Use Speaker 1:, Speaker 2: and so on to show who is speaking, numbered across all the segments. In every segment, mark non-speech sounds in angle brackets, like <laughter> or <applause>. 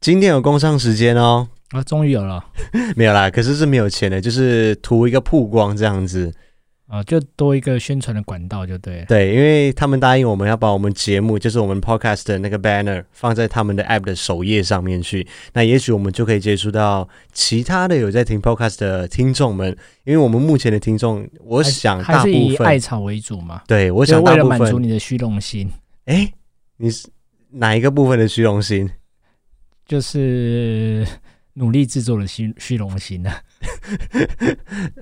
Speaker 1: 今天有工商时间哦，
Speaker 2: 啊，终于有了
Speaker 1: 没有啦，可是是没有钱的，就是图一个曝光这样子。
Speaker 2: 啊，就多一个宣传的管道就对了。
Speaker 1: 对，因为他们答应我们要把我们节目，就是我们 podcast 的那个 banner 放在他们的 app 的首页上面去，那也许我们就可以接触到其他的有在听 podcast 的听众们，因为我们目前的听众，我
Speaker 2: 还是
Speaker 1: 想
Speaker 2: 还
Speaker 1: 大
Speaker 2: 是
Speaker 1: 部
Speaker 2: 以艾
Speaker 1: 分，
Speaker 2: 草为主嘛，
Speaker 1: 对我
Speaker 2: 我
Speaker 1: 想大
Speaker 2: 为了
Speaker 1: 部
Speaker 2: 满足
Speaker 1: 分，
Speaker 2: 你的虚荣心，
Speaker 1: 哎，你是哪一个部分的虚荣心？
Speaker 2: 就是 <laughs> 努力制作的虚虚荣心啊。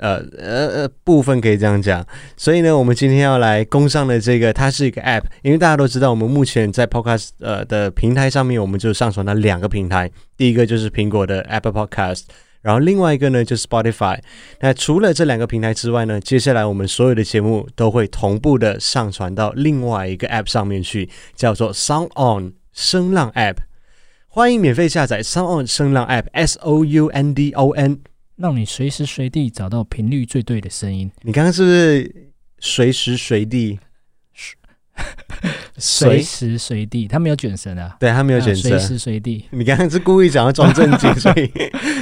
Speaker 1: 呃呃呃，部分可以这样讲。所以呢，我们今天要来工商的这个，它是一个 App，因为大家都知道，我们目前在 Podcast 呃的平台上面，我们就上传了两个平台，第一个就是苹果的 Apple Podcast。然后另外一个呢就是 Spotify，那除了这两个平台之外呢，接下来我们所有的节目都会同步的上传到另外一个 App 上面去，叫做 Sound On 声浪 App。欢迎免费下载 Sound On 声浪 App，S O U N D O N。
Speaker 2: 让你随时随地找到频率最对的声音，
Speaker 1: 你刚刚是不是随时随地
Speaker 2: 是？ <laughs>
Speaker 1: 随
Speaker 2: 随时随地，他没有卷舌啊，
Speaker 1: 对他没有选择
Speaker 2: 随。时随地
Speaker 1: 你刚刚是故意想要装正
Speaker 2: <laughs>
Speaker 1: 经，所以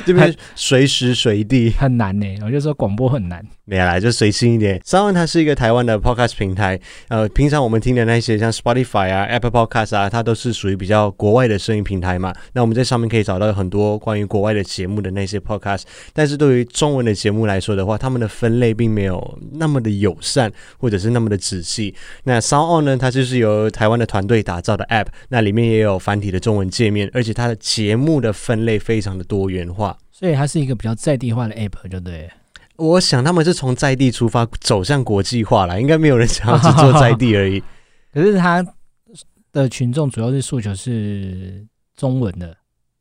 Speaker 1: 这边随时随地
Speaker 2: 很难呢、我就说广播很难，
Speaker 1: 没有啦，就随性一点。三万它是一个台湾的 podcast 平台，呃，平常我们听的那些像 Spotify 啊、Apple Podcast 啊，它都是属于比较国外的声音平台嘛。那我们在上面可以找到很多关于国外的节目的那些 podcast，但是对于中文的节目来说的话，他们的分类并没有那么的友善，或者是那么的仔细。那 Sound On 呢，它就是由台湾的团队打造的 app，那里面也有繁体的中文界面，而且它的节目的分类非常的多元化。
Speaker 2: 所以它是一个比较在地化的 app，就对了。
Speaker 1: 我想他们是从在地出发走向国际化啦，应该没有人想要只做在地而已。 <laughs>
Speaker 2: 可是它的群众主要是诉求是中文的，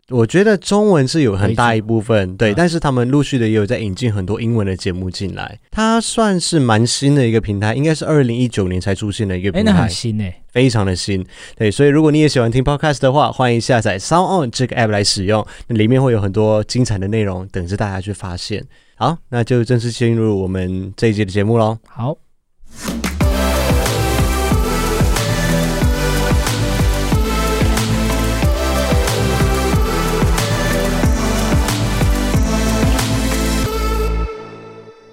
Speaker 1: 我觉得中文是有很大一部分对，
Speaker 2: 嗯
Speaker 1: 但是他们陆续的也有在引进很多英文的节目进来。它算是蛮新的一个平台，应该是二零一九年才出现的一个平
Speaker 2: 哎、那
Speaker 1: 台
Speaker 2: 很，新呢、
Speaker 1: 非常的新。对，所以如果你也喜欢听 podcast 的话，欢迎下载 Sound On 这个 app 来使用，那里面会有很多精彩的内容等着大家去发现。好，那就正式进入我们这一集的节目喽。
Speaker 2: 好，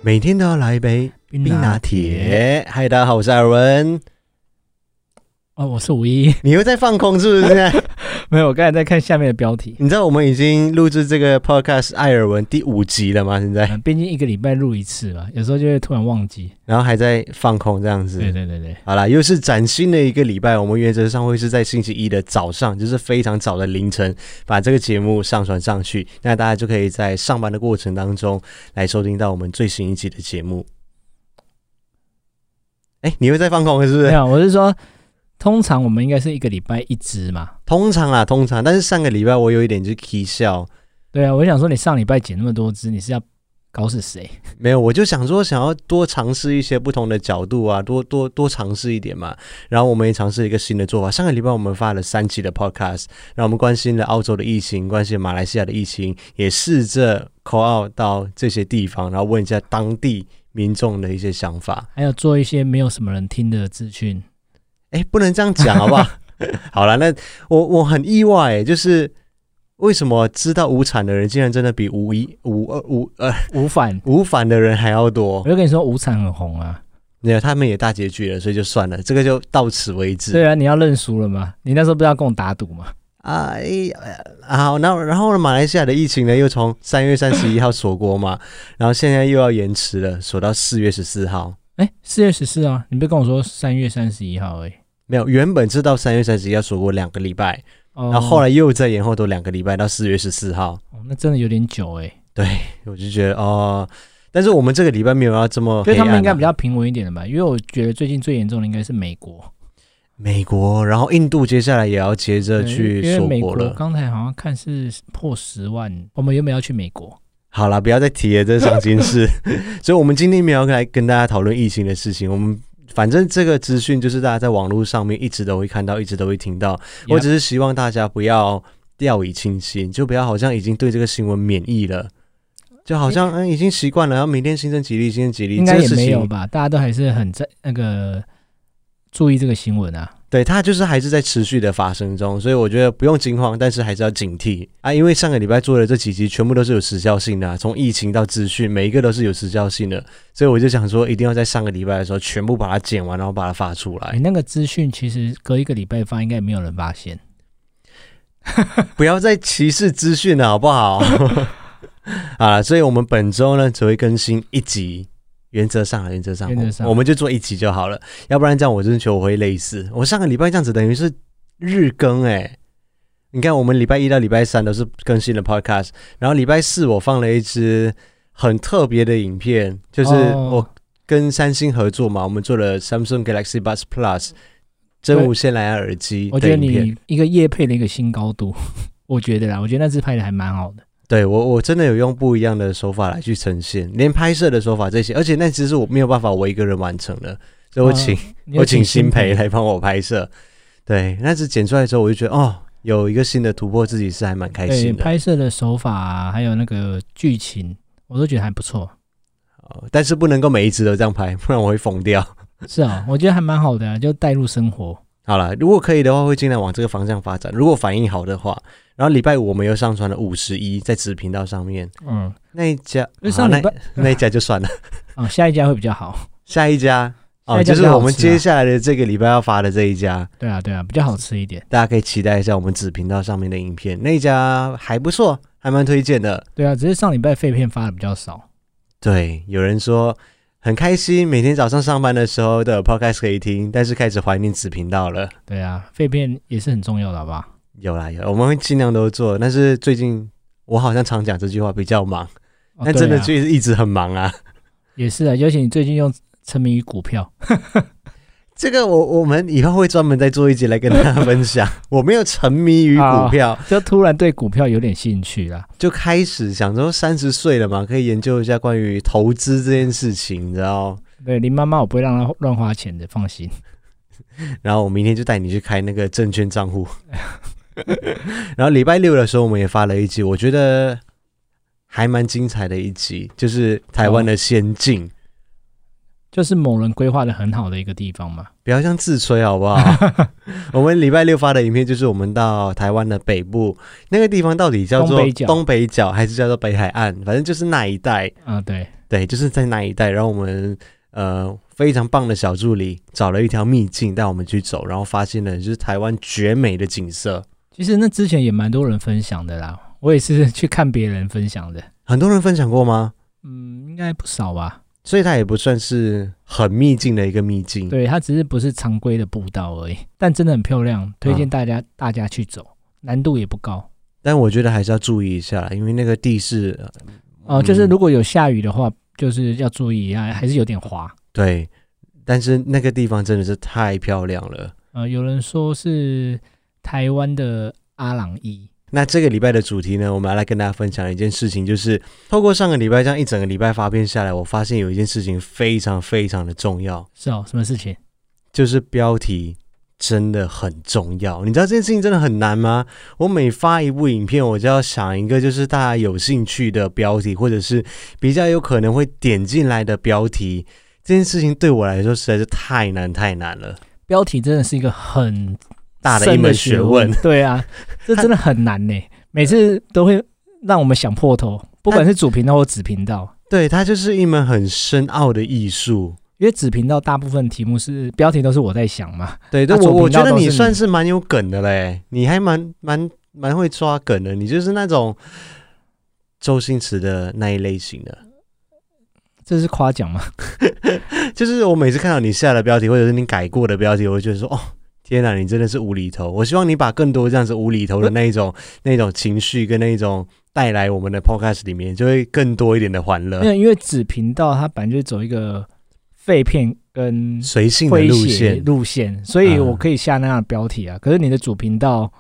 Speaker 1: 每天都要来一杯
Speaker 2: 冰
Speaker 1: 冰拿铁。嗨，大家好，我是艾尔文。
Speaker 2: 哦，我是五一，
Speaker 1: 你又在放空是不是？
Speaker 2: <laughs> 没有，我刚才在看下面的标题。
Speaker 1: 你知道我们已经录制这个 podcast 艾尔文第五集了吗？现在，
Speaker 2: 嗯毕竟一个礼拜录一次嘛，有时候就会突然忘记。
Speaker 1: 然后还在放空这样
Speaker 2: 对
Speaker 1: 子。
Speaker 2: 对对对，
Speaker 1: 好啦，又是崭新的一个礼拜。我们原则上会是在星期一的早上，就是非常早的凌晨，把这个节目上传上去。那大家就可以在上班的过程当中来收听到我们最新一集的节目。哎、你又在放空了是不
Speaker 2: 没
Speaker 1: 是？
Speaker 2: 有，我是说，通常我们应该是一个礼拜一支嘛。
Speaker 1: 通常啦，通常。但是上个礼拜我有一点就是 k 笑，
Speaker 2: 对啊，我就想说，你上礼拜剪那么多支，你是要搞死谁？
Speaker 1: 没有，我就想说，想要多尝试一些不同的角度啊，多多多尝试一点嘛。然后我们也尝试一个新的做法。上个礼拜我们发了三期的 podcast，然后我们关心了澳洲的疫情，关心马来西亚的疫情，也试着 call out 到这些地方，然后问一下当地民众的一些想法。
Speaker 2: 还有做一些没有什么人听的资 <laughs> 讯，
Speaker 1: 哎，不能这样讲，好不好？好了，那我我很意外诶，就是为什么知道无产的人竟然真的比无一无二无呃
Speaker 2: 无反。
Speaker 1: 无反的人还要多
Speaker 2: 我？就跟你说，无产很红啊。
Speaker 1: 没有，他们也大结局了，所以就算了，这个就到此为止。
Speaker 2: 对啊，你要认输了吗？你那时候不是要跟我打赌吗？
Speaker 1: 啊，哎呃好，那然后呢，马来西亚的疫情呢，又从三月三十一号锁国嘛，然后现在又要延迟了，锁到四月十四号。
Speaker 2: 哎，四月十四啊，你不是跟我说三月三十一号而已。
Speaker 1: 没有，原本是到三月三十一要锁国两个礼拜，
Speaker 2: 哦
Speaker 1: 然后后来又再延后多两个礼拜到四月十四号。
Speaker 2: 哦那真的有点久哎、
Speaker 1: 我就觉得哦，但是我们这个礼拜没有要这么黑
Speaker 2: 所以
Speaker 1: 暗啊、
Speaker 2: 他们应该比较平稳一点的吧，因为我觉得最近最严重的应该是美国，
Speaker 1: 美国，然后印度接下来也要接着
Speaker 2: 对因
Speaker 1: 去
Speaker 2: 为
Speaker 1: 锁
Speaker 2: 美
Speaker 1: 国了。
Speaker 2: 刚才好像看是破十万，我们原本要去美国，
Speaker 1: 好啦，不要再提了，这是伤心
Speaker 2: <laughs>
Speaker 1: 事。所以，我们今天没有来跟大家讨论疫情的事情。我们反正这个资讯就是大家在网络上面一直都会看到，一直都会听到。我只是希望大家不要掉以轻心，就不要好像已经对这个新闻免疫了，就好像嗯已经习惯了，然后明天新增几例，新增几例，
Speaker 2: 应该
Speaker 1: 这个
Speaker 2: 也
Speaker 1: 事
Speaker 2: 没有
Speaker 1: 情
Speaker 2: 吧，大家都还是很在那个注意这个新闻啊，
Speaker 1: 对，它就是还是在持续的发生中，所以我觉得不用惊慌，但是还是要警惕啊，因为上个礼拜做的这几集全部都是有时效性的啊、从疫情到资讯，每一个都是有时效性的，所以我就想说，一定要在上个礼拜的时候全部把它剪完，然后把它发出
Speaker 2: 你
Speaker 1: 来，
Speaker 2: 哎那个资讯其实隔一个礼拜发，应该也没有人发现。
Speaker 1: <laughs> 不要再歧视资讯了，好不好？ <laughs> 好了，所以我们本周呢只会更新一集。原则上啊，原则上，
Speaker 2: 原则上
Speaker 1: 我们就做一集就好了，要不然这样我真的觉得我会累死。我上个礼拜这样子等于是日更哎、你看我们礼拜一到礼拜三都是更新的 podcast，然后礼拜四我放了一支很特别的影片，就是
Speaker 2: 哦
Speaker 1: 我跟三星合作嘛，我们做了 Samsung Galaxy Buds Plus 真无线蓝牙耳机
Speaker 2: 我觉
Speaker 1: 的
Speaker 2: 得
Speaker 1: 影片。
Speaker 2: 你一个夜配的一个新高度， <laughs> 我觉得啦，我觉得那次拍的还蛮好的。
Speaker 1: 对我，我真的有用不一样的手法来去呈现，连拍摄的手法这些，而且那只是我没有办法我一个人完成的，所以我请、
Speaker 2: 你有
Speaker 1: 我请新
Speaker 2: 啊新
Speaker 1: 培来帮我拍摄。对，那次剪出来之后，我就觉得哦，有一个新的突破，自己是还蛮开
Speaker 2: 对
Speaker 1: 心的。
Speaker 2: 拍摄的手法、啊还有那个剧情，我都觉得还不错。
Speaker 1: 哦但是不能够每一只都这样拍，不然我会疯掉。
Speaker 2: 是啊，我觉得还蛮好的、啊，就带入生活。
Speaker 1: 好了，如果可以的话，会尽量往这个方向发展。如果反应好的话，然后礼拜五我们又上传了五十一在子频道上面
Speaker 2: 嗯，
Speaker 1: 那一家，
Speaker 2: 因为
Speaker 1: 好
Speaker 2: 上
Speaker 1: 那
Speaker 2: 礼拜
Speaker 1: 那一家就算了，
Speaker 2: 啊，下一家会比较好。
Speaker 1: 下一家哦，
Speaker 2: 下一家
Speaker 1: 就是
Speaker 2: 比较好
Speaker 1: 我们
Speaker 2: 吃啊
Speaker 1: 接下来的这个礼拜要发的这一家，
Speaker 2: 对啊，对啊，比较好吃一点。
Speaker 1: 大家可以期待一下我们子频道上面的影片，那一家还不错，还蛮推荐的。
Speaker 2: 对啊，只是上礼拜废片发的比较少。
Speaker 1: 对，有人说很开心，每天早上上班的时候的 podcast 可以听，但是开始怀念子频道了。
Speaker 2: 对啊，废片也是很重要的，好不好？
Speaker 1: 有啦有，我们会尽量都做，但是最近我好像常讲这句话，比较忙，
Speaker 2: 哦
Speaker 1: 但真的
Speaker 2: 对啊
Speaker 1: 就一直很忙啊。
Speaker 2: 也是啊，尤其你最近又沉迷于股票， <laughs>
Speaker 1: 这个我我们以后会专门再做一集来跟大家分
Speaker 2: <laughs>
Speaker 1: 享。我没有沉迷于股票，
Speaker 2: 就突然对股票有点兴趣啦。
Speaker 1: 就开始想说三十岁了嘛，可以研究一下关于投资这件事情，你知道？
Speaker 2: 对林妈妈，我不会让她乱花钱的，放心。
Speaker 1: 然后我明天就带你去开那个证券账户。 <laughs> 然后礼拜六的时候，我们也发了一集，我觉得还蛮精彩的一集，就是台湾的仙境。
Speaker 2: 就是某人规划的很好的一个地方嘛。
Speaker 1: 不要像自吹好不好？ <laughs> 我们礼拜六发的影片就是我们到台湾的北部那个地方，到底叫做
Speaker 2: 东北角
Speaker 1: 东北角还是叫做北海岸？反正就是那一带，
Speaker 2: 啊，对，
Speaker 1: 对，就是在那一带。然后我们呃非常棒的小助理找了一条秘境带我们去走，然后发现了就是台湾绝美的景色。
Speaker 2: 其实那之前也蛮多人分享的啦，我也是去看别人分享的，
Speaker 1: 很多人分享过吗？
Speaker 2: 嗯，应该不少吧。
Speaker 1: 所以它也不算是很秘境的一个秘境。
Speaker 2: 对，它只是不是常规的步道而已，但真的很漂亮，推荐
Speaker 1: 啊
Speaker 2: 大家、大家去走，难度也不高。
Speaker 1: 但我觉得还是要注意一下啦，因为那个地势
Speaker 2: 哦、就是
Speaker 1: 嗯
Speaker 2: 如果有下雨的话，就是要注意啊，还是有点滑。
Speaker 1: 对，但是那个地方真的是太漂亮了。
Speaker 2: 呃，有人说是台湾的阿朗伊，
Speaker 1: 那这个礼拜的主题呢，我们要来跟大家分享一件事情，就是透过上个礼拜这样一整个礼拜发片下来，我发现有一件事情非常非常的重要，
Speaker 2: 是哦，什么事情？
Speaker 1: 就是标题真的很重要。你知道这件事情真的很难吗？我每发一部影片，我就要想一个就是大家有兴趣的标题，或者是比较有可能会点进来的标题。这件事情对我来说实在是太难太难了，
Speaker 2: 标题真的是一个很
Speaker 1: 大的一门学问。。 <laughs>
Speaker 2: 对啊，这真的很难呢、每次都会让我们想破头，不管是主频道或子频道，
Speaker 1: 对，它就是一门很深奥的艺术。
Speaker 2: 因为子频道大部分题目是标题都是我在想嘛。
Speaker 1: 对，
Speaker 2: 那
Speaker 1: 但我
Speaker 2: 左
Speaker 1: 我
Speaker 2: 频
Speaker 1: 觉
Speaker 2: 道
Speaker 1: 得
Speaker 2: 都
Speaker 1: 你
Speaker 2: 是
Speaker 1: 算
Speaker 2: 你
Speaker 1: 是蛮有梗的嘞，你还蛮蛮蛮会抓梗的，你就是那种周星驰的那一类型的。
Speaker 2: 这是夸奖嘛？
Speaker 1: <laughs> 就是我每次看到你下的标题，或者是你改过的标题，我就觉得说，哦，天哪，你真的是无厘头。我希望你把更多这样子无厘头的那一
Speaker 2: <laughs>
Speaker 1: 种、那一种情绪跟那一种带来我们的 podcast 里面，就会更多一点的欢
Speaker 2: 没
Speaker 1: 乐，
Speaker 2: 有，因为子频道它本来就是走一个废片跟
Speaker 1: 随性的
Speaker 2: 诙
Speaker 1: 路
Speaker 2: 谐 <laughs>
Speaker 1: 线。
Speaker 2: 路线，所以
Speaker 1: 嗯
Speaker 2: 我可以下那样的标题啊。可是你的主频道，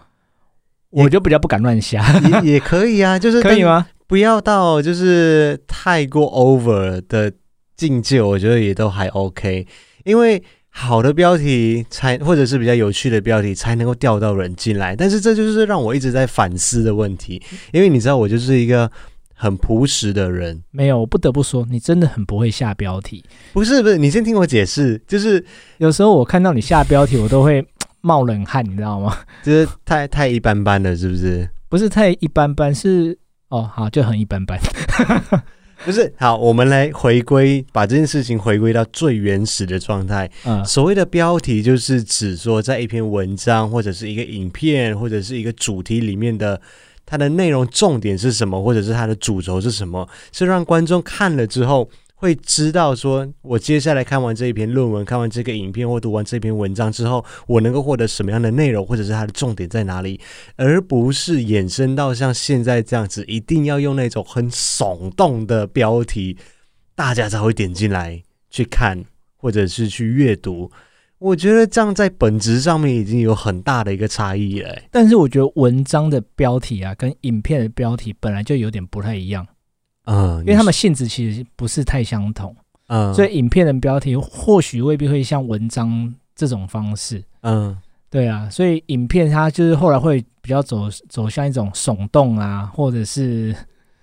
Speaker 1: 也
Speaker 2: 我就比较不敢乱下，
Speaker 1: 也也 <laughs> 可以啊，就是
Speaker 2: 可以
Speaker 1: 跟
Speaker 2: 吗？
Speaker 1: 不要到就是太过 over 的境界，我觉得也都还 OK，因为好的标题才或者是比较有趣的标题才能够钓到人进来。但是这就是让我一直在反思的问题，因为你知道我就是一个很朴实的人，
Speaker 2: 没有，我不得不说，你真的很不会下标题。
Speaker 1: 不是不是，你先听我解释，就是
Speaker 2: 有时候我看到你下标题，我都会冒冷汗，你知道吗？ <laughs>
Speaker 1: 就是太太一般般了，是不是？
Speaker 2: 不是太一般般，是哦，好，就很一般般。
Speaker 1: 不是，好，我们来回归，把这件事情回归到最原始的状态。
Speaker 2: 嗯，
Speaker 1: 所谓的标题，就是指说在一篇文章或者是一个影片或者是一个主题里面的它的内容重点是什么，或者是它的主轴是什么，是让观众看了之后会知道说，我接下来看完这一篇论文、看完这个影片或读完这篇文章之后，我能够获得什么样的内容，或者是它的重点在哪里，而不是衍生到像现在这样子，一定要用那种很耸动的标题，大家才会点进来去看。或者是去阅读，我觉得这样在本质上面已经有很大的一个差异了欸、
Speaker 2: 但是我觉得文章的标题啊，跟影片的标题本来就有点不太一样，
Speaker 1: 嗯，
Speaker 2: 因为他们性质其实不是太相同，
Speaker 1: 嗯，
Speaker 2: 所以影片的标题或许未必会像文章这种方式。
Speaker 1: 嗯
Speaker 2: 对啊，所以影片它就是后来会比较走走向一种耸动啊，或者是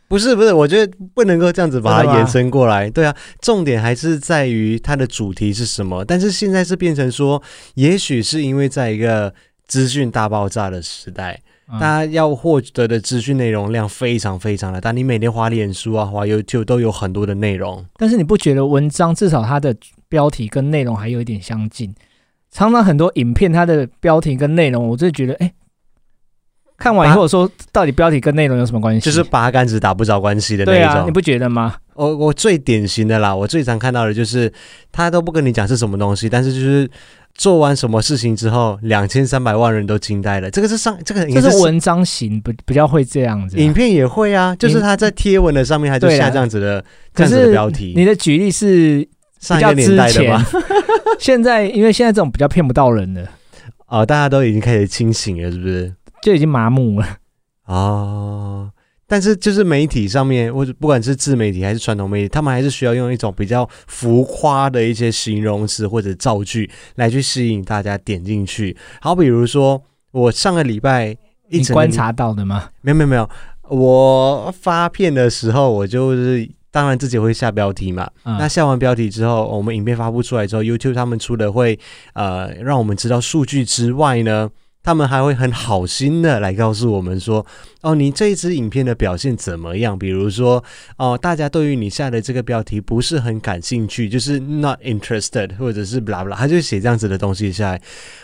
Speaker 1: 不是不是，我觉得不能够这样子把它
Speaker 2: 真的吗
Speaker 1: 延伸过来。对啊，重点还是在于它的主题是什么。但是现在是变成说，也许是因为在一个资讯大爆炸的时代，
Speaker 2: 嗯
Speaker 1: 大家要获得的资讯内容量非常非常的大。你每天滑脸书啊、滑 YouTube 都有很多的内容。
Speaker 2: 但是你不觉得文章至少它的标题跟内容还有一点相近？常常很多影片它的标题跟内容，我就觉得，哎、看完以后我说到底标题跟内容有什么关系？
Speaker 1: 就是拔杆子打不着关系的那
Speaker 2: 对
Speaker 1: 一种，
Speaker 2: 啊，你不觉得吗？
Speaker 1: 哦我我最典型的啦，我最常看到的就是他都不跟你讲是什么东西，但是就是做完什么事情之后，两千三百万人都惊呆了。这个是上这个
Speaker 2: 就
Speaker 1: 也
Speaker 2: 是文章型不比较会这样子啊、
Speaker 1: 影片也会啊，就是他在贴文的上面他就
Speaker 2: 对啦
Speaker 1: 下这样子的这
Speaker 2: 可
Speaker 1: 样子的
Speaker 2: 是
Speaker 1: 标题，
Speaker 2: 你的举例是
Speaker 1: 上
Speaker 2: 比
Speaker 1: 一
Speaker 2: 较
Speaker 1: 个
Speaker 2: 之
Speaker 1: 年代的
Speaker 2: 前
Speaker 1: 吧？，
Speaker 2: 现在因为现在这种比较骗不到人了，
Speaker 1: 哦，大家都已经开始清醒了，是不是？
Speaker 2: 就已经麻木了。
Speaker 1: 哦，但是就是媒体上面，或者不管是自媒体还是传统媒体，他们还是需要用一种比较浮夸的一些形容词或者造句来去吸引大家点进去。好，比如说我上个礼拜一
Speaker 2: 你
Speaker 1: 整个
Speaker 2: 观
Speaker 1: 礼
Speaker 2: 察到的吗？
Speaker 1: 没有没有没有，我发片的时候我就是。当然自己会下标题嘛，
Speaker 2: 嗯
Speaker 1: 那下完标题之后，我们影片发布出来之后，YouTube 他们除了会呃让我们知道数据之外呢，他们还会很好心的来告诉我们说，哦，你这一支影片的表现怎么样？比如说，哦，大家对于你下的这个标题不是很感兴趣，就是 not interested，或者是 blah blah，他就写这样子的东西下来，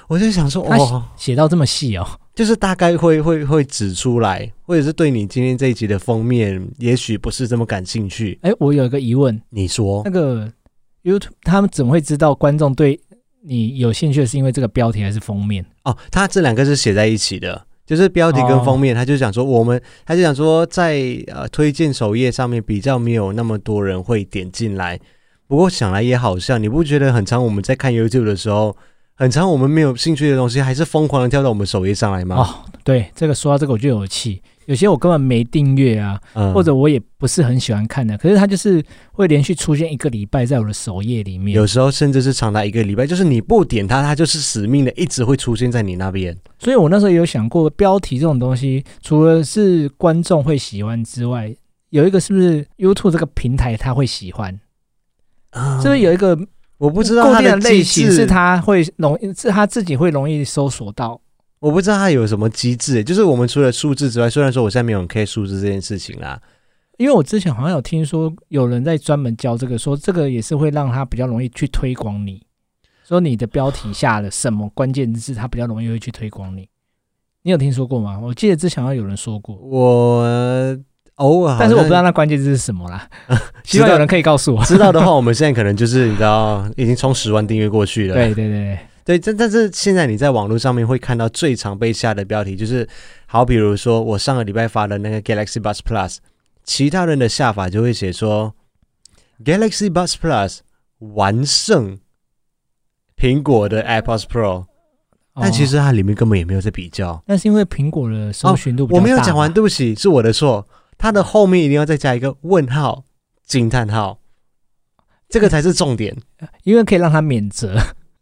Speaker 1: 我就想说，
Speaker 2: 他
Speaker 1: 哦，
Speaker 2: 写到这么细哦，
Speaker 1: 就是大概会会会指出来，或者是对你今天这一集的封面，也许不是这么感兴趣。
Speaker 2: 哎、我有一个疑问，
Speaker 1: 你说
Speaker 2: 那个 YouTube 他们怎么会知道观众对你有兴趣是因为这个标题还是封面？
Speaker 1: 哦，它这两个是写在一起的，就是标题跟封面，
Speaker 2: 哦
Speaker 1: 他就想说我们，他就想说在呃推荐首页上面比较没有那么多人会点进来。不过想来也好像，你不觉得很常我们在看 YouTube 的时候，很常我们没有兴趣的东西，还是疯狂的跳到我们首页上来吗？
Speaker 2: 哦，对，这个说到这个我就有气，有些我根本没订阅啊，
Speaker 1: 嗯
Speaker 2: 或者我也不是很喜欢看的，可是它就是会连续出现一个礼拜在我的首页里面
Speaker 1: 有，时候甚至是长达一个礼拜，就是你不点它，它就是死命的一直会出现在你那边。
Speaker 2: 所以我那时候也有想过，标题这种东西，除了是观众会喜欢之外，有一个是不是 YouTube 这个平台他会喜欢，
Speaker 1: 啊
Speaker 2: 是不是有一个
Speaker 1: 我不知道
Speaker 2: 固
Speaker 1: 它
Speaker 2: 定的类
Speaker 1: 机
Speaker 2: 型
Speaker 1: 制
Speaker 2: 是他会容易是他自己会容易搜索到？
Speaker 1: 我不知道它有什么机制，就是我们除了数字之外，虽然说我现在没有很 care 数字这件事情啦，
Speaker 2: 因为我之前好像有听说有人在专门教这个，说这个也是会让他比较容易去推广你，说你的标题下了什么关键字，他比较容易会去推广你。你有听说过吗？我记得之前好像有人说过，
Speaker 1: 我偶尔好像，
Speaker 2: 但是我不知道那关键字是什么啦。
Speaker 1: <laughs> 知
Speaker 2: 希
Speaker 1: 道
Speaker 2: 望有人可以告诉我。
Speaker 1: 知道的话，我们现在可能就是你知道，已经冲十万订阅过去了。
Speaker 2: 对对对对，
Speaker 1: 对，但但是现在你在网络上面会看到最常被下的标题，就是好比如说我上个礼拜发的那个 Galaxy Buds Plus，其他人的下法就会写说 Galaxy Buds Plus 完胜苹果的 AirPods Pro，、
Speaker 2: 哦
Speaker 1: 但其实它里面根本也没有在比较。
Speaker 2: 那是因为苹果的搜寻度比较
Speaker 1: 我没有
Speaker 2: 大
Speaker 1: 讲完，
Speaker 2: 嘛，
Speaker 1: 对不起，是我的错。它的后面一定要再加一个问号、惊叹号，这个才是重点。
Speaker 2: 因为可以让他免 <laughs> 责，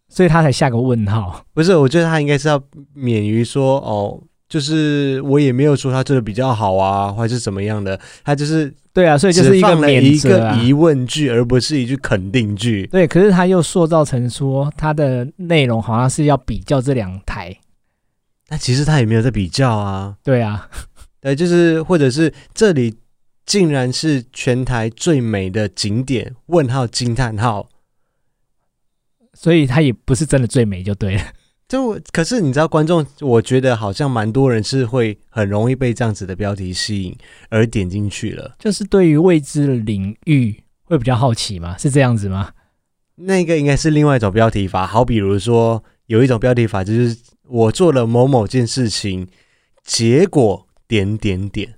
Speaker 2: 所以他才下个问号。
Speaker 1: 不是，我觉得它应该是要免于说哦，就是我也没有说他做的比较好啊，或者是怎么样的，他就是
Speaker 2: 对啊，所以就
Speaker 1: 只
Speaker 2: 是一个
Speaker 1: 放了
Speaker 2: 免
Speaker 1: 一
Speaker 2: 责、
Speaker 1: 个
Speaker 2: 啊。
Speaker 1: 疑问句，而不是一句肯定句。
Speaker 2: 对，可是他又塑造成说他的内容好像是要比较这两台，
Speaker 1: 那其实他也没有在比较啊，
Speaker 2: 对啊，
Speaker 1: 对，就是或者是这里竟然是全台最美的景点？问号惊叹号！
Speaker 2: 所以他也不是真的最美就对了。 <laughs>
Speaker 1: 就我可是你知道，观众我觉得好像蛮多人是会很容易被这样子的标题吸引而点进去了。
Speaker 2: 就是对于未知的领域会比较好奇吗？是这样子吗？
Speaker 1: 那个应该是另外一种标题法，好比如说有一种标题法就是我做了某某件事情，结果点点点，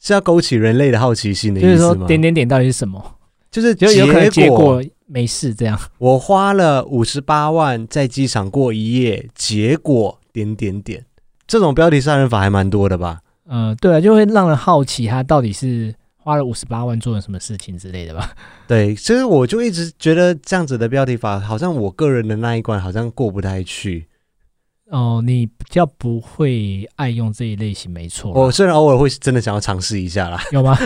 Speaker 1: 是要勾起人类的好奇心的
Speaker 2: 就是
Speaker 1: 意
Speaker 2: 说
Speaker 1: 思吗？
Speaker 2: 点点点到底是什么？
Speaker 1: 就是
Speaker 2: 就有可能
Speaker 1: 结
Speaker 2: 结果没事这样。
Speaker 1: 我花了五十八万在机场过一夜，结果点点点，这种标题杀人法还蛮多的吧？
Speaker 2: 呃，对啊，就会让人好奇他到底是花了五十八万做了什么事情之类的吧。
Speaker 1: 对，其实我就一直觉得这样子的标题法，好像我个人的那一关好像过不太去。
Speaker 2: 哦，你比较不会爱用这一类型，没错啦。
Speaker 1: 我虽然偶尔会真的想要尝试一下啦，
Speaker 2: 有吗？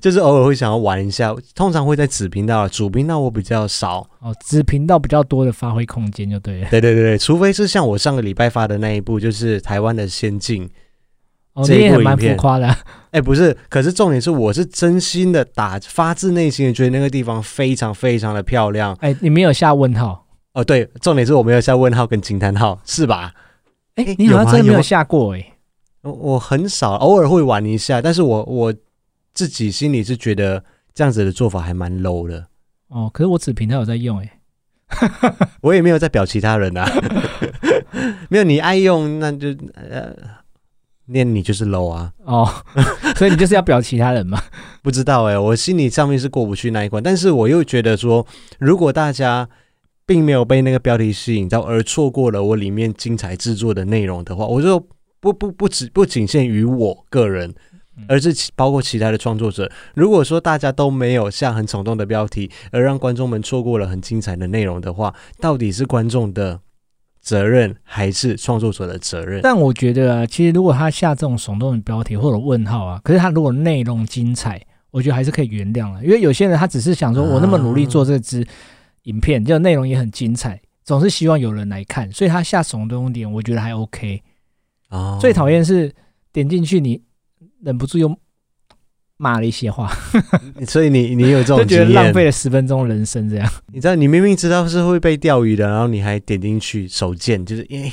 Speaker 1: 就是偶尔会想要玩一下，通常会在子频道，啊主频道我比较少。
Speaker 2: 哦，子频道比较多的发挥空间就对了。
Speaker 1: 对对对对，除非是像我上个礼拜发的那一部，就是台湾的《仙境》。
Speaker 2: 哦，
Speaker 1: 这
Speaker 2: 你
Speaker 1: 一
Speaker 2: 也
Speaker 1: 部
Speaker 2: 很蛮
Speaker 1: 影
Speaker 2: 浮
Speaker 1: 片
Speaker 2: 夸的啊、
Speaker 1: 哎，不是，可是重点是，我是真心的打发自内心的觉得那个地方非常非常的漂亮。
Speaker 2: 哎，你没有下问号？
Speaker 1: 哦，对，重点是我没有下问号跟惊叹号，是吧？哎
Speaker 2: 哎，你好
Speaker 1: 有吗
Speaker 2: 像真的没
Speaker 1: 有吗
Speaker 2: 有下过哎。
Speaker 1: 我我很少，偶尔会玩一下，但是我我自己心里是觉得这样子的做法还蛮 low 的。
Speaker 2: 哦，可是我子频道有在用哎。
Speaker 1: 我也没有在表其他人啊，没有你爱用，那就呃，那你就是 low 啊。
Speaker 2: 哦， <laughs> 所以你就是要表其他人嘛？
Speaker 1: 不知道哎、我心里上面是过不去那一关，但是我又觉得说，如果大家并没有被那个标题吸引到，而错过了我里面精彩制作的内容的话，我就不不不只不仅限于我个人
Speaker 2: 嗯，
Speaker 1: 而是其包括其他的创作者。如果说大家都没有下很耸动的标题，而让观众们错过了很精彩的内容的话，到底是观众的责任还是创作者的责任？
Speaker 2: <laughs> 但我觉得啊，其实如果他下这种耸动的标题或者问号啊，可是他如果内容精彩，我觉得还是可以原谅了。因为有些人他只是想说，
Speaker 1: 啊
Speaker 2: 我那么努力做这支影片，就内容也很精彩，总是希望有人来看，所以他下耸动点，我觉得还 OK。
Speaker 1: 哦
Speaker 2: 最讨厌是点进去你忍不住又骂了一些话，
Speaker 1: 所以你你有这
Speaker 2: <laughs> 就
Speaker 1: 种经
Speaker 2: 觉得
Speaker 1: 验，
Speaker 2: 浪费了十分钟人生这样。
Speaker 1: 你知道，你明明知道是会被钓鱼的，然后你还点进去手贱，就是因为、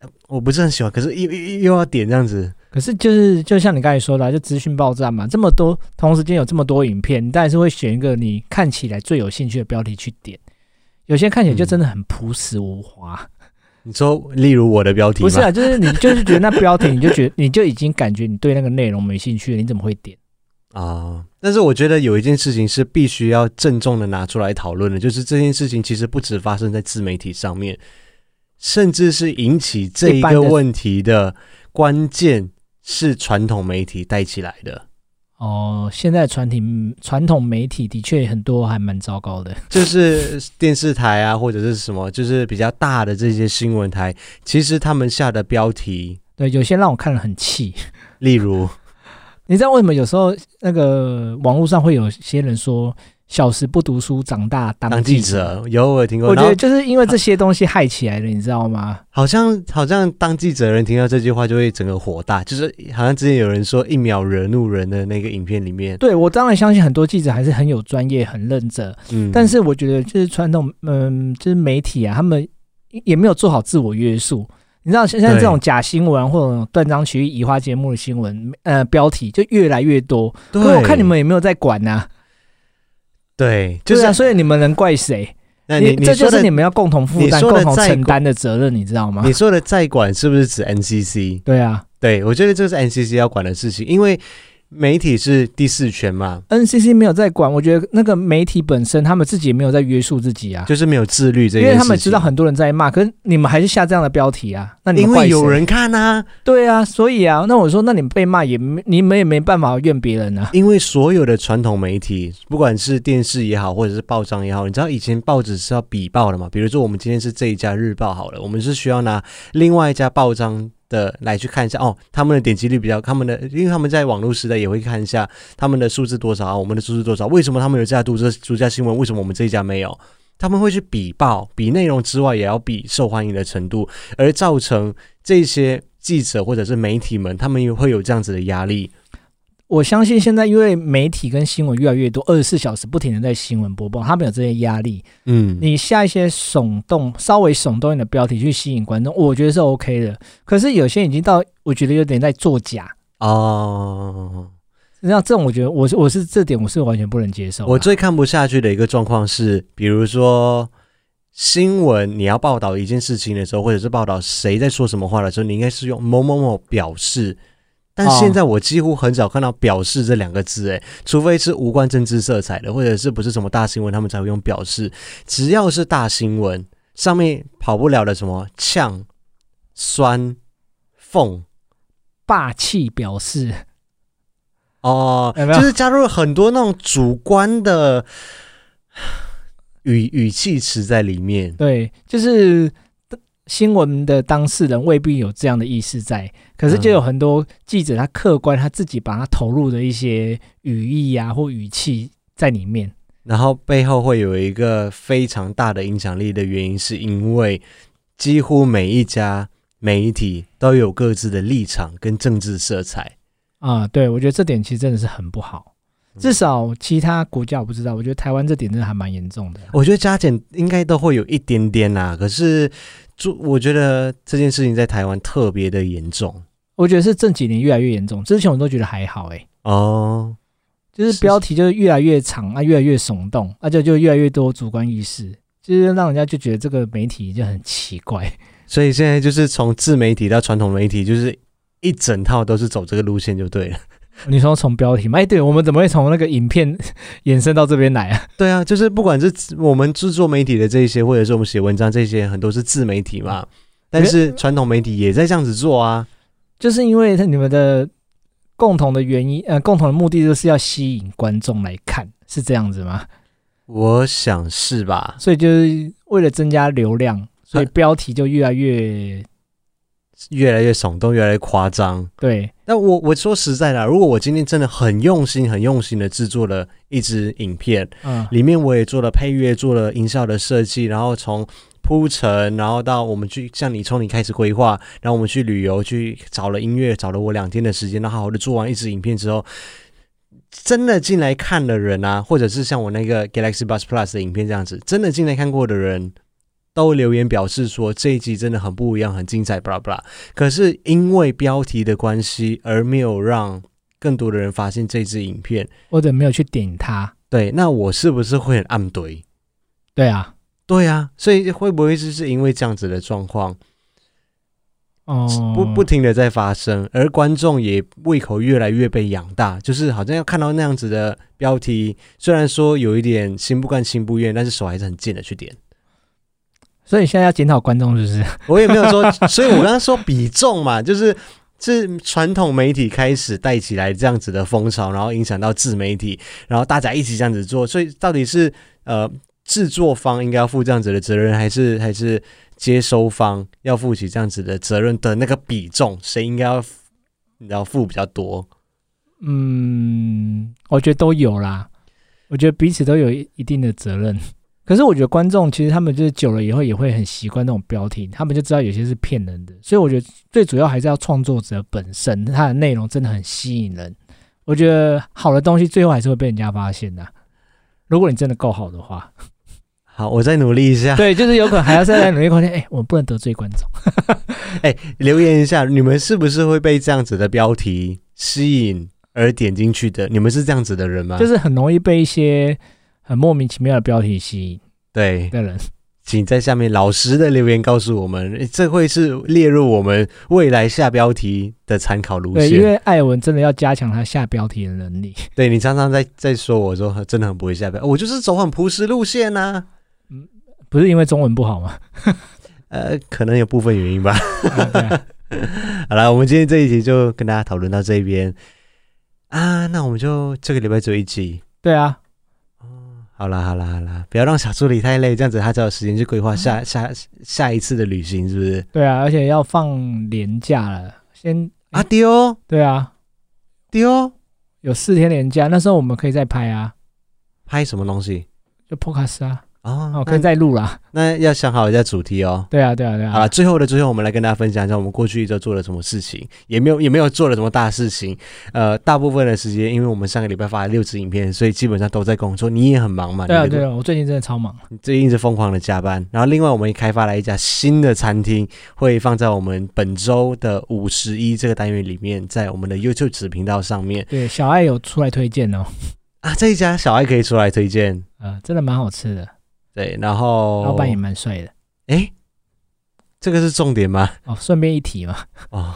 Speaker 1: 呃我不是很喜欢，可是又又又要点这样子。
Speaker 2: 可是就是就像你刚才说的啊、就资讯爆炸嘛，这么多同时间有这么多影片，你当然是会选一个你看起来最有兴趣的标题去点。有些看起来就真的很朴实无华，
Speaker 1: 你说，例如我的标题吗
Speaker 2: 不是啊，就是你就是觉得那标题，你就觉得 <laughs> 你就已经感觉你对那个内容没兴趣了，你怎么会点？
Speaker 1: 啊但是我觉得有一件事情是必须要郑重的拿出来讨论的，就是这件事情其实不只发生在自媒体上面，甚至是引起这一
Speaker 2: 一般的
Speaker 1: 个问题的关键是传统媒体带起来的。
Speaker 2: 哦，现在传统传统媒体的确很多还蛮糟糕的，
Speaker 1: 就是电视台啊，或者是什么，就是比较大的这些新闻台，其实他们下的标题，
Speaker 2: 对，有些让我看了很气。 <laughs>
Speaker 1: 例如
Speaker 2: 你知道为什么有时候那个网络上会有些人说“小时不读书，长大
Speaker 1: 当
Speaker 2: 当
Speaker 1: 记
Speaker 2: 记者”？
Speaker 1: 者，有我有听过，
Speaker 2: 我
Speaker 1: 然
Speaker 2: 觉
Speaker 1: 后
Speaker 2: 得就是因为这些东西害起来了，你知道吗？
Speaker 1: 好像好像当记者的人听到这句话就会整个火大，就是好像之前有人说一秒惹怒人的那个影片里面，
Speaker 2: 对我当然相信很多记者还是很有专业、很认真，
Speaker 1: 嗯，
Speaker 2: 但是我觉得就是传统，嗯，就是媒体啊，他们也没有做好自我约束。你知道，像像
Speaker 1: 对
Speaker 2: 这种假新闻或者断章取义、移花接木的新闻，呃，标题就越来越多。
Speaker 1: 对
Speaker 2: 可是我看你们也没有在管呐、
Speaker 1: 对，就、
Speaker 2: 就是是、啊，所以你们能怪谁？
Speaker 1: 那你
Speaker 2: 这就
Speaker 1: 说
Speaker 2: 是
Speaker 1: 的
Speaker 2: 你们要共同负
Speaker 1: 你
Speaker 2: 担、
Speaker 1: 说的
Speaker 2: 共同
Speaker 1: 在
Speaker 2: 承担的责任，你知道吗
Speaker 1: 你？说的在管是不是指 NCC？
Speaker 2: 对啊
Speaker 1: 对我觉得这是 NCC 要管的事情，因为媒体是第四权嘛，
Speaker 2: ，NCC 没有在管，我觉得那个媒体本身他们自己也没有在约束自己啊。
Speaker 1: 就是没有自律这
Speaker 2: 因
Speaker 1: 件事情，
Speaker 2: 为他们知道很多人在骂，可是你们还是下这样的标题啊？那你
Speaker 1: 因
Speaker 2: 们怪
Speaker 1: 为
Speaker 2: 谁
Speaker 1: 有人看啊，
Speaker 2: 对啊，所以啊，那我说，那你们被骂也没，你们也没办法怨别人啊。
Speaker 1: 因为所有的传统媒体，不管是电视也好，或者是报章也好，你知道以前报纸是要比报的嘛？比如说我们今天是这一家日报好了，我们是需要拿另外一家报章的来去看一下哦，他们的点击率比较，他们的，因为他们在网络时代也会看一下他们的数字多少啊，我们的数字多少，为什么他们有这家读者独家新闻，为什么我们这一家没有？他们会去比报，比内容之外，也要比受欢迎的程度，而造成这些记者或者是媒体们，他们也会有这样子的压力。
Speaker 2: 我相信现在因为媒体跟新闻越来越多，二十四小时不停的在新闻播报，他们有这些压力。
Speaker 1: 嗯，
Speaker 2: 你下一些耸动、稍微耸动一点的标题去吸引观众，我觉得是 OK 的。可是有些已经到，我觉得有点在作假。
Speaker 1: 哦，
Speaker 2: 那这种，我觉得我是我是这点我是完全不能接受啊。
Speaker 1: 我最看不下去的一个状况是，比如说新闻你要报道一件事情的时候，或者是报道谁在说什么话的时候，你应该是用某某某表示。但
Speaker 2: 哦
Speaker 1: 现在我几乎很少看到“表示”这两个字，诶，除非是无关政治色彩的，或者是不是什么大新闻，他们才会用表示。只要是大新闻，上面跑不了的什么呛、酸、讽
Speaker 2: 霸气表示，
Speaker 1: 哦，
Speaker 2: 哎有没有
Speaker 1: 就是加入了很多那种主观的语语气词在里面。
Speaker 2: 对，就是呃新闻的当事人未必有这样的意识在，可
Speaker 1: 嗯
Speaker 2: 是就有很多记者他客观他自己把他投入的一些语义啊或语气在里面。
Speaker 1: 然后背后会有一个非常大的影响力的原因，是因为几乎每一家媒体都有各自的立场跟政治色彩。
Speaker 2: 啊、对，我觉得这点其实真的是很不好。
Speaker 1: 嗯
Speaker 2: 至少其他国家我不知道，我觉得台湾这点真的还蛮严重的。
Speaker 1: 我觉得加减应该都会有一点点啦、可是就我觉得这件事情在台湾特别的严重
Speaker 2: 我觉得是这几年越来越严重，之前我都觉得还好、欸，
Speaker 1: 哦。
Speaker 2: 就是
Speaker 1: 是
Speaker 2: 标题就是越来越长啊，越来越耸动，而、且就越来越多主观意识，就是让人家就觉得这个媒体就很奇怪。
Speaker 1: 所以现在就是从自媒体到传统媒体，就是一整套都是走这个路线就对了。
Speaker 2: 你说从标题吗？哎，对，我们怎么会从那个影片 <laughs> 延伸到这边来啊？
Speaker 1: 对啊，就是不管是自我们制作媒体的这一些，或者是我们写文章这些，很多是自媒体嘛。但是传统媒体也在这样子做啊。
Speaker 2: 就是因为你们的共同的原因，呃，共同的目的就是要吸引观众来看，是这样子吗？
Speaker 1: 我想是吧？
Speaker 2: 所以就是为了增加流量，所以标题就越来越
Speaker 1: 越来越耸动，越来越夸张。
Speaker 2: 对。
Speaker 1: 但我我说实在的，如果我今天真的很用心、很用心的制作了一支影片，
Speaker 2: 嗯，
Speaker 1: 里面我也做了配乐，做了音效的设计，然后从铺陈，然后到我们去像你从你开始规划，然后我们去旅游，去找了音乐，找了我两天的时间，然后好好的做完一支影片之后，真的进来看的人啊，或者是像我那个 Galaxy Bus Plus 的影片这样子，真的进来看过的人。都留言表示说这一集真的很不一样，很精彩，巴拉巴拉。可是因为标题的关系，而没有让更多的人发现这支影片。
Speaker 2: 或者没有去点它。
Speaker 1: 对，那我是不是会很暗怼？
Speaker 2: 对啊，
Speaker 1: 对啊，所以会不会就是因为这样子的状况，
Speaker 2: 哦、
Speaker 1: 不不停的在发生，而观众也胃口越来越被养大，就是好像要看到那样子的标题，虽然说有一点心不甘情不愿，但是手还是很贱的去点。
Speaker 2: 所以现在要检讨观众是不是？
Speaker 1: <laughs> 我也没有说，所以我刚刚说比重嘛，就是是传统媒体开始带起来这样子的风潮，然后影响到自媒体，然后大家一起这样子做，所以到底是呃制作方应该要负这样子的责任，还是还是接收方要负起这样子的责任的那个比重，谁应该要负你知道负比较多？
Speaker 2: 嗯，我觉得都有啦。我觉得彼此都有一一定的责任。可是我觉得观众其实他们就是久了以后也会很习惯那种标题，他们就知道有些是骗人的。所以我觉得最主要还是要创作者本身，他的内容真的很吸引人。我觉得好的东西最后还是会被人家发现的啊、如果你真的够好的话，
Speaker 1: 好，我再努力一下。
Speaker 2: 对，就是有可能还要再来努力空间。哎、我们不能得罪观众。
Speaker 1: 留言一下，你们是不是会被这样子的标题吸引而点进去的？你们是这样子的人吗？
Speaker 2: 就是很容易被一些很莫名其妙的标题吸引
Speaker 1: 对，
Speaker 2: 的人。
Speaker 1: 请在下面老实的留言告诉我们，诶这会是列入我们未来下标题的参考路
Speaker 2: 对，
Speaker 1: 线。
Speaker 2: 因为艾文真的要加强他下标题的能力。
Speaker 1: 对你常常在在说我说真的很不会下标，我就是走很朴实路线啊呐、
Speaker 2: 不是因为中文不好
Speaker 1: <laughs>
Speaker 2: 吗？
Speaker 1: 呃，可能有部分原因吧。 <laughs>
Speaker 2: 啊对啊
Speaker 1: 好了，我们今天这一集就跟大家讨论到这边啊，那我们就这个礼拜只有一集。
Speaker 2: 对啊，
Speaker 1: 好啦好啦好啦，不要让小助理太累，这样子他才有时间去规划
Speaker 2: 啊
Speaker 1: 下、下下一次的旅行，是不是？
Speaker 2: 对啊，而且要放年假了，先
Speaker 1: 啊丢
Speaker 2: 对啊，
Speaker 1: 丢，
Speaker 2: 有四天年假，那时候我们可以再拍啊，
Speaker 1: 拍什么东西
Speaker 2: 就 podcast 啊，
Speaker 1: 哦，
Speaker 2: 哦，可
Speaker 1: 那
Speaker 2: 以再录啦。
Speaker 1: 那要想好一下主题哦。
Speaker 2: 对啊，对啊，对
Speaker 1: 好
Speaker 2: 啊
Speaker 1: 了，，最后的最后，我们来跟大家分享一下我们过去一周做了什么事情，也没有也没有做了什么大事情。呃，大部分的时间，因为我们上个礼拜发了六支影片，所以基本上都在工作。你也很忙嘛？
Speaker 2: 对啊，
Speaker 1: 你的
Speaker 2: 对啊，我最近真的超忙。
Speaker 1: 最近是疯狂的加班，然后另外我们也开发了一家新的餐厅，会放在我们本周的五十一这个单元里面，在我们的 YouTube 子频道上面
Speaker 2: 对，小爱有出来推荐哦，
Speaker 1: 啊。这一家小爱可以出来推荐，
Speaker 2: 呃，真的蛮好吃的，
Speaker 1: 对，然后
Speaker 2: 老板也蛮帅的。
Speaker 1: 哎，这个是重点吗？
Speaker 2: 哦，顺便一提嘛，
Speaker 1: 哦，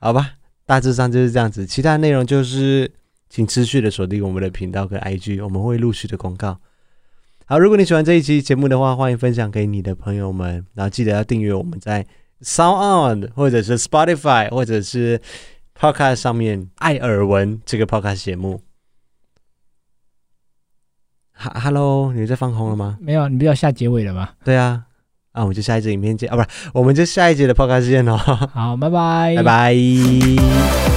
Speaker 1: 好吧，大致上就是这样子，其他内容就是请持续的锁定我们的频道跟 IG，我们会陆续的公告。好，如果你喜欢这一期节目的话，欢迎分享给你的朋友们，然后记得要订阅我们在 Sound On 或者是 Spotify 或者是 Podcast 上面《爱耳闻》这个 Podcast 节目。哈，Hello，你在放空了吗？
Speaker 2: 没有，你不是要下结尾了吗？
Speaker 1: 对啊，啊，我们就下一集影片见啊，不是，我们就下一集的 Podcast 见哦，
Speaker 2: 好，拜拜，
Speaker 1: 拜拜。